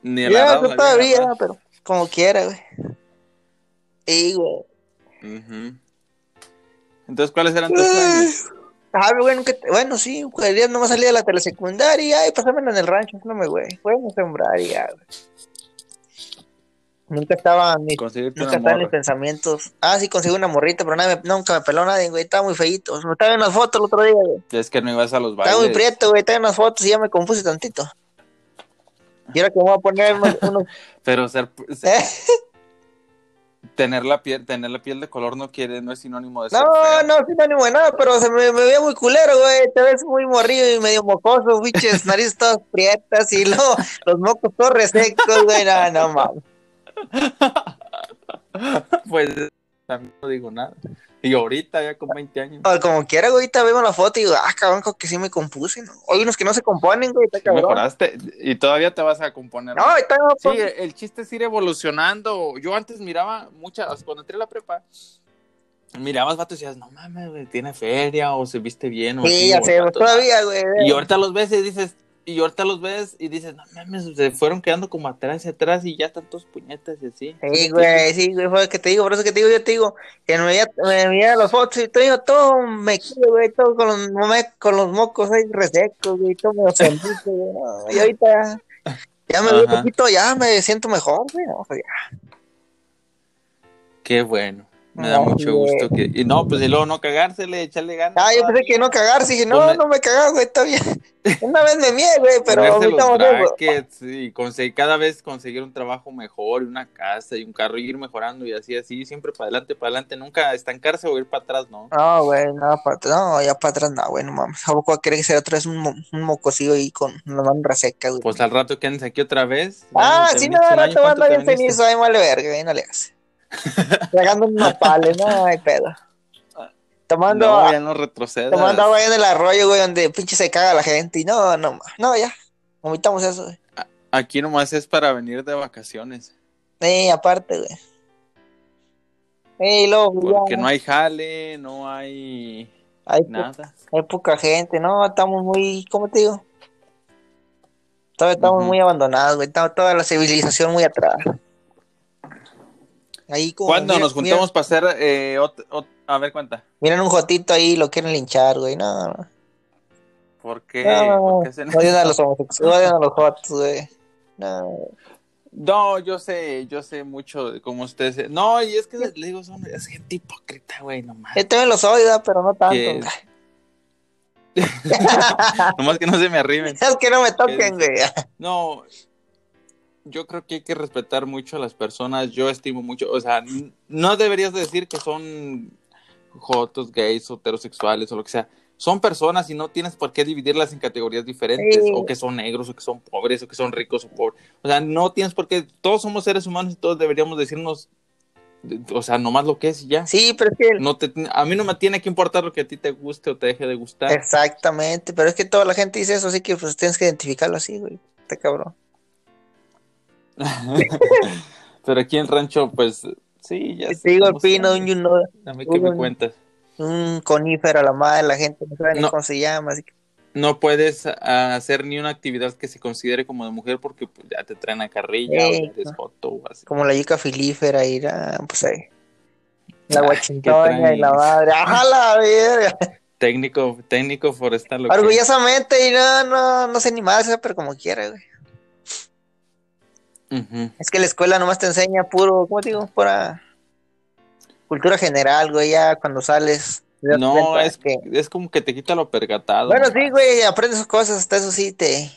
[SPEAKER 1] Ni el
[SPEAKER 2] Ya,
[SPEAKER 1] arado
[SPEAKER 2] yo
[SPEAKER 1] sabía
[SPEAKER 2] todavía,
[SPEAKER 1] agarrar.
[SPEAKER 2] pero como quiera, güey. Sí, güey.
[SPEAKER 1] Ujú. Entonces, ¿cuáles eran tus sueños?
[SPEAKER 2] Ah, güey, nunca te- bueno, sí, quería nomás salir de la telesecundaria y pasármelo en el rancho, no me, güey. Bueno, sembrar y ya, güey. Nunca estaba en mis,
[SPEAKER 1] Conseguirte
[SPEAKER 2] nunca
[SPEAKER 1] una
[SPEAKER 2] estaba en mis
[SPEAKER 1] morra.
[SPEAKER 2] pensamientos. Ah, sí, conseguí una morrita, pero nadie me- nunca me peló nadie, güey. Estaba muy feíto. Me estaba en las fotos el otro día, güey.
[SPEAKER 1] Es que no ibas a los
[SPEAKER 2] Estaba muy
[SPEAKER 1] bailes.
[SPEAKER 2] prieto, güey. Estaba en las fotos y ya me compuse tantito. Y ahora que me voy a poner unos, unos-
[SPEAKER 1] Pero ser,
[SPEAKER 2] ¿eh?
[SPEAKER 1] Tener la piel, tener la piel de color no quiere, no es sinónimo de ser
[SPEAKER 2] No,
[SPEAKER 1] feo.
[SPEAKER 2] no, sinónimo de nada, pero se me, me veía muy culero, güey. Te ves muy morrido y medio mocoso, biches, narices todas prietas y luego los mocos todos resecos, güey. No, no, mames.
[SPEAKER 1] Pues también no digo nada. Y ahorita, ya con 20 años,
[SPEAKER 2] O Como quiera, güey, ahorita vemos la foto y digo, ah, cabrón, creo que sí me compuse, ¿no? Hay unos que no se componen, güey, está
[SPEAKER 1] ya
[SPEAKER 2] cabrón.
[SPEAKER 1] mejoraste y todavía te vas a componer.
[SPEAKER 2] No, ahorita no,
[SPEAKER 1] Sí, eh,
[SPEAKER 2] pues,
[SPEAKER 1] el el chiste es ir evolucionando. Yo antes miraba muchas, cuando entré a la prepa, mirabas vatos y decías, no mames, güey, tiene feria o se viste bien. O así,
[SPEAKER 2] sí, ya
[SPEAKER 1] o
[SPEAKER 2] sé, pues,
[SPEAKER 1] vatos-
[SPEAKER 2] todavía, güey.
[SPEAKER 1] Y ahorita los ves y dices, y ahorita los ves y dices, no mames, se fueron quedando como atrás y atrás y ya están todos puñetas y así.
[SPEAKER 2] Sí, güey, sí, güey, fue lo que te digo, por eso que te digo, yo te digo, que me veía, me veía las fotos y te digo, todo me güey, todo con los, mome- con los mocos ahí resecos, güey, todo me ofendí, güey, no, y ahorita ya me veo un
[SPEAKER 1] Ajá.
[SPEAKER 2] poquito, ya me siento mejor, güey, no, pues, ya.
[SPEAKER 1] Qué bueno. Me da
[SPEAKER 2] No,
[SPEAKER 1] mucho
[SPEAKER 2] güey.
[SPEAKER 1] gusto que. Y no, pues y luego no cagársele, echarle ganas.
[SPEAKER 2] Ah, yo
[SPEAKER 1] todavía.
[SPEAKER 2] pensé que no cagar, dije, no,
[SPEAKER 1] Poner-
[SPEAKER 2] no me cagas, güey, está bien, una vez me mié, güey, pero
[SPEAKER 1] Ponerse los
[SPEAKER 2] ahorita vamos a ver, güey.
[SPEAKER 1] brackets y conse- cada vez conseguir un trabajo mejor y una casa y un carro y ir mejorando y así, así, siempre para adelante, para adelante, nunca estancarse o ir para atrás, ¿no?
[SPEAKER 2] No, güey, no, para atrás, no, ya para atrás, no, güey, no mames, ¿a poco va a querer que sea otra vez un, mo- un mocosillo ahí con la mano reseca, güey?
[SPEAKER 1] Pues al rato quédense aquí otra vez.
[SPEAKER 2] Ah,
[SPEAKER 1] Ya
[SPEAKER 2] sí,
[SPEAKER 1] te
[SPEAKER 2] no,
[SPEAKER 1] viniste un año,
[SPEAKER 2] rato
[SPEAKER 1] ¿cuánto este
[SPEAKER 2] anda
[SPEAKER 1] te
[SPEAKER 2] bien
[SPEAKER 1] viniste?
[SPEAKER 2] cenizo, ahí vale verga, ahí no le hace. Tragando un nopales, no hay pedo. Tomando,
[SPEAKER 1] No, ya no retrocedas.
[SPEAKER 2] tomando agua ahí en el arroyo, güey, donde pinche se caga la gente. Y no, no, ma- no, ya. Vomitamos eso, güey.
[SPEAKER 1] Aquí nomás es para venir de vacaciones.
[SPEAKER 2] Sí, aparte, güey. Sí, luego, güey,
[SPEAKER 1] Porque
[SPEAKER 2] ya,
[SPEAKER 1] no hay jale, no hay
[SPEAKER 2] hay, po-
[SPEAKER 1] nada.
[SPEAKER 2] hay poca gente, no, estamos muy, ¿cómo te digo? Todavía estamos
[SPEAKER 1] Ujú.
[SPEAKER 2] muy abandonados, güey. Está toda la civilización muy atrás. Ahí como.
[SPEAKER 1] ¿Cuándo
[SPEAKER 2] mira-
[SPEAKER 1] nos
[SPEAKER 2] mira-
[SPEAKER 1] juntamos para hacer eh, ot- ot- a ver cuánta?
[SPEAKER 2] Miran un jotito ahí, lo quieren linchar, güey. No, no.
[SPEAKER 1] ¿Por qué?
[SPEAKER 2] No,
[SPEAKER 1] ¿Por qué se-
[SPEAKER 2] odian a los homosexuales, odian a los jotos, güey. No,
[SPEAKER 1] No, yo sé, yo sé mucho de cómo ustedes. se- No, y es que les digo, son, es gente hipócrita, güey, nomás.
[SPEAKER 2] yo eh, también los odio, pero no tanto.
[SPEAKER 1] Que-
[SPEAKER 2] güey.
[SPEAKER 1] nomás que no se me arriben.
[SPEAKER 2] Es que no me toquen,
[SPEAKER 1] que-
[SPEAKER 2] güey.
[SPEAKER 1] No, yo creo que hay que respetar mucho a las personas. Yo estimo mucho, o sea, n- no deberías decir que son jotos, gays, heterosexuales o lo que sea. Son personas y no tienes por qué dividirlas en categorías diferentes,
[SPEAKER 2] Sí.
[SPEAKER 1] o que son negros, o que son pobres, o que son ricos o pobres. O sea, no tienes por qué. Todos somos seres humanos y todos deberíamos decirnos, de- o sea, nomás lo que es y ya.
[SPEAKER 2] Sí, pero es que.
[SPEAKER 1] No te, a mí no me tiene que importar lo que a ti te guste o te deje de gustar.
[SPEAKER 2] Exactamente, pero es que toda la gente dice eso, así que pues tienes que identificarlo así, güey. Está cabrón.
[SPEAKER 1] Pero aquí en Rancho, pues, sí, ya sé
[SPEAKER 2] Te digo el
[SPEAKER 1] cómo son.
[SPEAKER 2] pino, un yuno,
[SPEAKER 1] A mí que me cuentas.
[SPEAKER 2] un conífero a la madre, la gente no sabe ni
[SPEAKER 1] No.
[SPEAKER 2] cómo se llama, así que.
[SPEAKER 1] No puedes ah, hacer ni una actividad que se considere como de mujer porque pues, ya te traen a carrilla o
[SPEAKER 2] Sí,
[SPEAKER 1] ya eres
[SPEAKER 2] no.
[SPEAKER 1] joto o así.
[SPEAKER 2] Como la yuca filífera, y la, pues ahí. La
[SPEAKER 1] Ah,
[SPEAKER 2] guachintoña
[SPEAKER 1] ¿qué
[SPEAKER 2] y la
[SPEAKER 1] traes?
[SPEAKER 2] madre. ¡Ajá, la verga!
[SPEAKER 1] Técnico, técnico forestal. ¿o qué?
[SPEAKER 2] Orgullosamente, y no, no, no sé ni más, pero como quiera, güey.
[SPEAKER 1] Ujú.
[SPEAKER 2] Es que la escuela nomás te enseña puro, ¿cómo te digo? Pura cultura general, güey, ya cuando sales. te das
[SPEAKER 1] No,
[SPEAKER 2] cuenta
[SPEAKER 1] es,
[SPEAKER 2] que-
[SPEAKER 1] es como que te quita lo percatado.
[SPEAKER 2] Bueno,
[SPEAKER 1] nomás.
[SPEAKER 2] sí, güey, aprendes sus cosas, hasta eso sí te,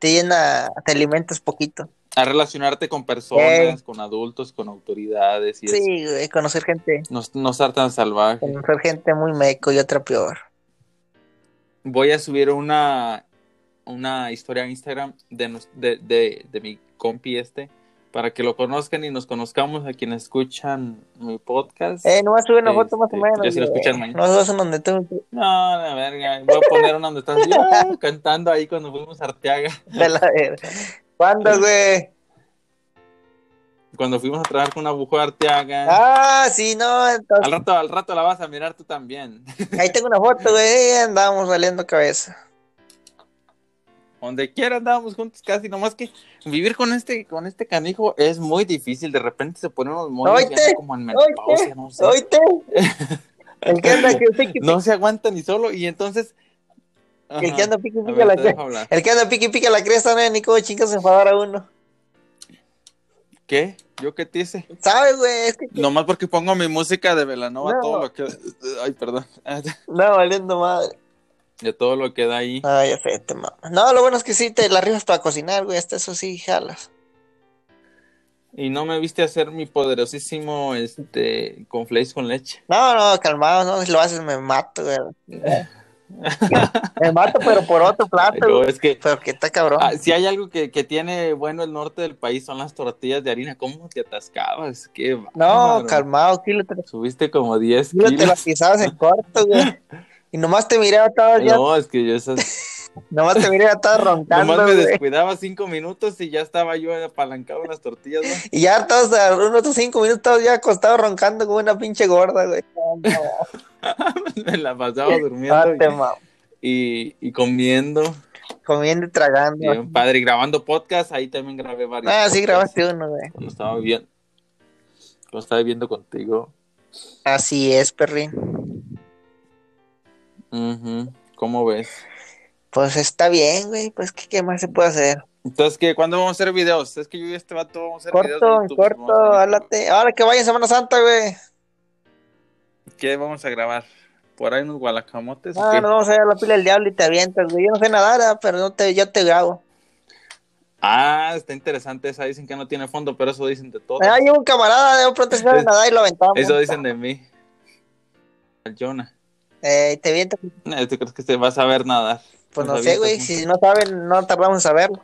[SPEAKER 2] te llena, te alimentas poquito.
[SPEAKER 1] A relacionarte con personas, con adultos, con autoridades y eso.
[SPEAKER 2] Sí, güey, conocer gente,
[SPEAKER 1] No, no estar tan salvaje.
[SPEAKER 2] conocer gente muy meco y otra peor.
[SPEAKER 1] Voy a subir una, una historia a Instagram de, nos- de, de, de mi compi este para que lo conozcan y nos conozcamos a quienes escuchan mi podcast.
[SPEAKER 2] Eh, nomás sube una
[SPEAKER 1] Sí,
[SPEAKER 2] foto más o
[SPEAKER 1] sí,
[SPEAKER 2] menos.
[SPEAKER 1] ya si lo
[SPEAKER 2] güey.
[SPEAKER 1] escuchan mañana.
[SPEAKER 2] No subas una donde tú
[SPEAKER 1] No, la verga. Voy a poner una donde estás yo, cantando ahí cuando fuimos a Arteaga.
[SPEAKER 2] de la verga. ¿Cuándo, güey?
[SPEAKER 1] Cuando fuimos a trabajar con una bujo de Arteaga.
[SPEAKER 2] Ah, sí, no, entonces,
[SPEAKER 1] Al rato, al rato la vas a mirar tú también.
[SPEAKER 2] ahí tengo una foto, güey, andábamos saliendo cabeza.
[SPEAKER 1] Donde quiera andábamos juntos casi, nomás que vivir con este, con este canijo es muy difícil. De repente se ponen unos monos y
[SPEAKER 2] Oíte,
[SPEAKER 1] anda como en
[SPEAKER 2] oíte,
[SPEAKER 1] menopausia, no sé.
[SPEAKER 2] ¿Oíste? El que anda, que usted
[SPEAKER 1] No se aguanta ni solo y entonces...
[SPEAKER 2] El que anda pique y
[SPEAKER 1] Ajá. A
[SPEAKER 2] pique
[SPEAKER 1] ver,
[SPEAKER 2] la
[SPEAKER 1] te
[SPEAKER 2] cresta.
[SPEAKER 1] dejo hablar.
[SPEAKER 2] El que anda pique y pique la cresta, no es ni cómo chingas enfadar a uno.
[SPEAKER 1] ¿Qué? ¿Yo qué te hice?
[SPEAKER 2] ¿Sabes, güey? Es que
[SPEAKER 1] Nomás porque pongo mi música de Velanova,
[SPEAKER 2] No.
[SPEAKER 1] todo lo que... Ay, perdón.
[SPEAKER 2] no, valiendo madre.
[SPEAKER 1] De todo lo que da ahí.
[SPEAKER 2] Ay, ya sé, te mama. No, lo bueno es que sí te la rifas para cocinar, güey. Hasta eso sí, jalas.
[SPEAKER 1] Y no me viste hacer mi poderosísimo este con flakes con leche.
[SPEAKER 2] No, no, calmado, no, si lo haces me mato, güey. me mato, pero por otro plato,
[SPEAKER 1] Pero
[SPEAKER 2] güey.
[SPEAKER 1] es que
[SPEAKER 2] Ah, Pero que está cabrón.
[SPEAKER 1] ah, si hay algo que, que tiene bueno el norte del país son las tortillas de harina. ¿Cómo te atascabas? Qué
[SPEAKER 2] no,
[SPEAKER 1] bárbaro.
[SPEAKER 2] calmado, kilo te,
[SPEAKER 1] Subiste como 10
[SPEAKER 2] kilo te lo
[SPEAKER 1] kilos.
[SPEAKER 2] pisabas en corto, güey. Y nomás te miré atado ya,
[SPEAKER 1] No, es que yo esas...
[SPEAKER 2] nomás te miré atado roncando,
[SPEAKER 1] Nomás me
[SPEAKER 2] güey.
[SPEAKER 1] descuidaba cinco minutos y ya estaba yo apalancado en las tortillas, ¿no?
[SPEAKER 2] Y ya todos, a unos otros cinco minutos, todos ya acostados roncando como una pinche gorda, güey. No, no,
[SPEAKER 1] Me la pasaba
[SPEAKER 2] no Ah, te
[SPEAKER 1] durmiendo
[SPEAKER 2] mam-
[SPEAKER 1] y, y comiendo.
[SPEAKER 2] comiendo y tragando.
[SPEAKER 1] Bien, padre, y grabando podcast. Ahí también grabé varios.
[SPEAKER 2] Ah, sí,
[SPEAKER 1] podcasts
[SPEAKER 2] grabaste uno, güey.
[SPEAKER 1] Cuando estaba viviendo, cuando estaba viviendo contigo.
[SPEAKER 2] Así es, perrín.
[SPEAKER 1] Ujú, ¿Cómo ves?
[SPEAKER 2] Pues está bien, güey. Pues, ¿qué, qué más se puede hacer?
[SPEAKER 1] Entonces, ¿qué? ¿cuándo vamos a hacer videos? Es que yo y este vato vamos a hacer videos.
[SPEAKER 2] Corto,
[SPEAKER 1] de
[SPEAKER 2] en
[SPEAKER 1] YouTube, vamos
[SPEAKER 2] corto,
[SPEAKER 1] a-
[SPEAKER 2] hálate. Ahora que vaya Semana Santa, güey.
[SPEAKER 1] ¿Qué vamos a grabar? ¿Por ahí unos gualacamotes? o
[SPEAKER 2] Ah,
[SPEAKER 1] qué?
[SPEAKER 2] nos vamos a ir a la pila del diablo y te avientas, güey. Yo no sé nadar, ah, pero no te, yo te grabo.
[SPEAKER 1] Ah, está interesante esa. Dicen que no tiene fondo, pero eso dicen de todo.
[SPEAKER 2] Ah, llevo un camarada, de pronto se sabe
[SPEAKER 1] Es-
[SPEAKER 2] nadar y lo aventamos.
[SPEAKER 1] Eso dicen de mí. Al Jonah.
[SPEAKER 2] Eh, te avientas.
[SPEAKER 1] No, ¿Tú crees que te vas a ver nadar?
[SPEAKER 2] Pues no
[SPEAKER 1] Nos
[SPEAKER 2] sé, güey.
[SPEAKER 1] avientas,
[SPEAKER 2] Si no saben, no tardamos en saberlo.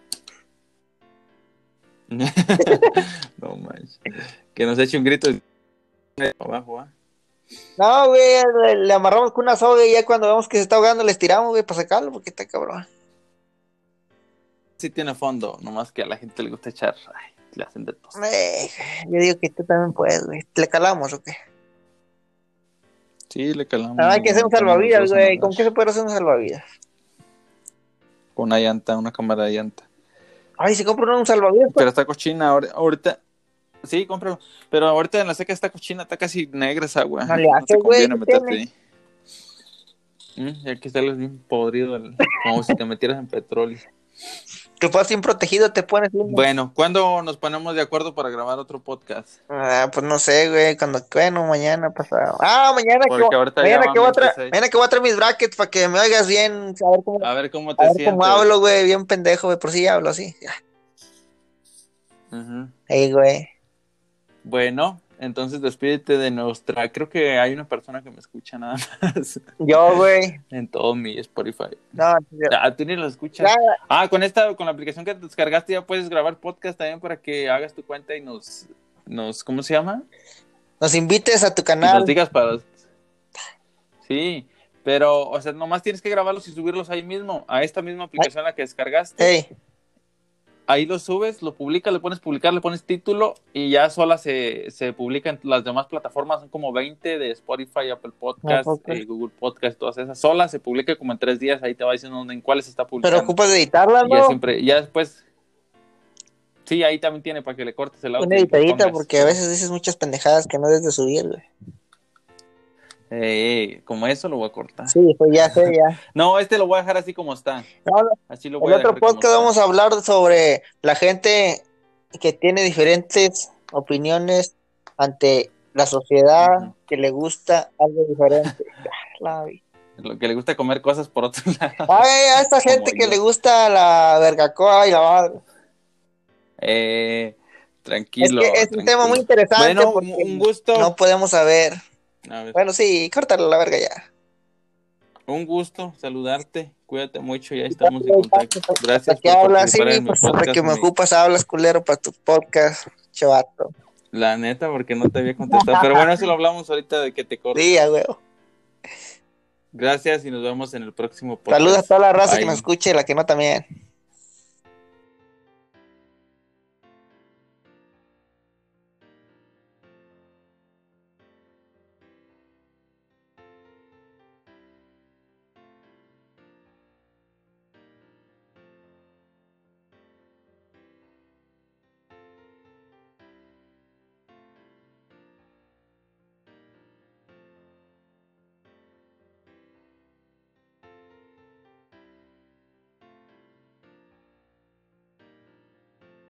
[SPEAKER 1] no manches. Que nos eche un grito y- abajo, ¿ah?
[SPEAKER 2] No, güey, le, le amarramos con una soga y ya cuando vemos que se está ahogando, le estiramos, güey, para sacarlo, porque está cabrón.
[SPEAKER 1] Sí tiene fondo, nomás que a la gente le gusta echar. Ay, le hacen de tos.
[SPEAKER 2] Eh, yo digo que tú también puedes, güey. ¿Le calamos o qué?
[SPEAKER 1] Sí, le calamos.
[SPEAKER 2] Ah, hay que hacer un
[SPEAKER 1] Con
[SPEAKER 2] salvavidas,
[SPEAKER 1] los
[SPEAKER 2] güey.
[SPEAKER 1] dos
[SPEAKER 2] ¿Con qué
[SPEAKER 1] en
[SPEAKER 2] se puede hacer un salvavidas?
[SPEAKER 1] la- Con una llanta, una cámara de llanta.
[SPEAKER 2] Pues- Ay, si compro un salvavidas, pues,
[SPEAKER 1] Pero está cochina ahor- ahorita. Sí, cómpralo. Pero ahorita en la seca está cochina, está casi negra esa agua.
[SPEAKER 2] No le
[SPEAKER 1] te
[SPEAKER 2] hace, güey,
[SPEAKER 1] conviene
[SPEAKER 2] ¿qué
[SPEAKER 1] meterte ahí. Mm, Y aquí sales bien podrido, el- como si te metieras en petróleo.
[SPEAKER 2] que puedas sin protegido, te pones bien.
[SPEAKER 1] Bueno, ¿cuándo nos ponemos de acuerdo para grabar otro podcast?
[SPEAKER 2] Ah, pues no sé, güey, cuando, bueno, mañana pasado. Ah, mañana que,
[SPEAKER 1] Porque
[SPEAKER 2] voy-
[SPEAKER 1] ahorita
[SPEAKER 2] mañana
[SPEAKER 1] ya van
[SPEAKER 2] que voy a traer,
[SPEAKER 1] 26.
[SPEAKER 2] mañana que voy a traer mis brackets para que me oigas bien, a ver cómo,
[SPEAKER 1] A ver cómo Ah, te
[SPEAKER 2] a ver
[SPEAKER 1] sientes.
[SPEAKER 2] cómo hablo, güey, bien pendejo, güey, por si hablo así.
[SPEAKER 1] Ujú.
[SPEAKER 2] Ey, güey.
[SPEAKER 1] Bueno, entonces despídete de nuestra. Creo que hay una persona que me escucha nada más
[SPEAKER 2] Yo, güey.
[SPEAKER 1] en todo mi Spotify.
[SPEAKER 2] No, yo-
[SPEAKER 1] Ah, tú ni lo escuchas.
[SPEAKER 2] ya,
[SPEAKER 1] Ah, con esta, con la aplicación que te descargaste ya puedes grabar podcast también para que hagas tu cuenta y nos, nos, ¿cómo se llama?
[SPEAKER 2] nos invites a tu
[SPEAKER 1] Y nos
[SPEAKER 2] canal.
[SPEAKER 1] digas para. Sí, pero, o sea, nomás tienes que grabarlos y subirlos ahí mismo, a esta misma aplicación a la que descargaste.
[SPEAKER 2] Ey,
[SPEAKER 1] Ahí lo subes, lo publicas, le pones publicar, le pones título y ya sola se, se publica en las demás plataformas, son como 20 de Spotify, Apple Podcast,
[SPEAKER 2] Ah, ok.
[SPEAKER 1] eh, Google Podcast, todas esas. Sola se publica como en tres días, ahí te va diciendo dónde- en cuáles está
[SPEAKER 2] pero
[SPEAKER 1] publicando.
[SPEAKER 2] ocupas de editarla,
[SPEAKER 1] Y ya
[SPEAKER 2] ¿no?
[SPEAKER 1] siempre, ya después. Sí, ahí también tiene para que le cortes el audio.
[SPEAKER 2] Una
[SPEAKER 1] y le
[SPEAKER 2] editadita,
[SPEAKER 1] pongas.
[SPEAKER 2] porque a veces dices muchas pendejadas que no debes de subir, güey.
[SPEAKER 1] Ey, ey, Eh, como eso lo voy a cortar.
[SPEAKER 2] Sí, pues ya sé, ya.
[SPEAKER 1] No, este lo voy a dejar así como está.
[SPEAKER 2] No,
[SPEAKER 1] Así lo voy
[SPEAKER 2] En
[SPEAKER 1] a dejar.
[SPEAKER 2] otro podcast vamos a hablar sobre la gente que tiene diferentes opiniones ante la sociedad,
[SPEAKER 1] Ujú.
[SPEAKER 2] que le gusta algo diferente. Ah, la vi.
[SPEAKER 1] Lo que le gusta comer cosas por otro lado.
[SPEAKER 2] Ay, a esta
[SPEAKER 1] Como
[SPEAKER 2] gente que
[SPEAKER 1] yo.
[SPEAKER 2] le gusta la vergacoa y la madre.
[SPEAKER 1] Eh,
[SPEAKER 2] Es
[SPEAKER 1] tranquilo.
[SPEAKER 2] que es un
[SPEAKER 1] tranquilo.
[SPEAKER 2] tema muy interesante
[SPEAKER 1] Bueno,
[SPEAKER 2] porque
[SPEAKER 1] un gusto.
[SPEAKER 2] no podemos saber.
[SPEAKER 1] A ver,
[SPEAKER 2] Bueno, sí, córtale la verga ya.
[SPEAKER 1] un gusto saludarte. Cuídate mucho y ahí estamos en contacto. Gracias
[SPEAKER 2] ¿Para qué
[SPEAKER 1] por
[SPEAKER 2] hablas? Sí,
[SPEAKER 1] participar en mi
[SPEAKER 2] pues para que me
[SPEAKER 1] podcast, mi-
[SPEAKER 2] ocupas hablas, culero, para tu podcast, chavato.
[SPEAKER 1] La neta, porque no te había contestado. Pero bueno, eso lo hablamos ahorita de que te cortes.
[SPEAKER 2] Día, güey.
[SPEAKER 1] Gracias y nos vemos en el próximo podcast.
[SPEAKER 2] Saludos a toda la raza que
[SPEAKER 1] Bye.
[SPEAKER 2] nos escuche y la que no también.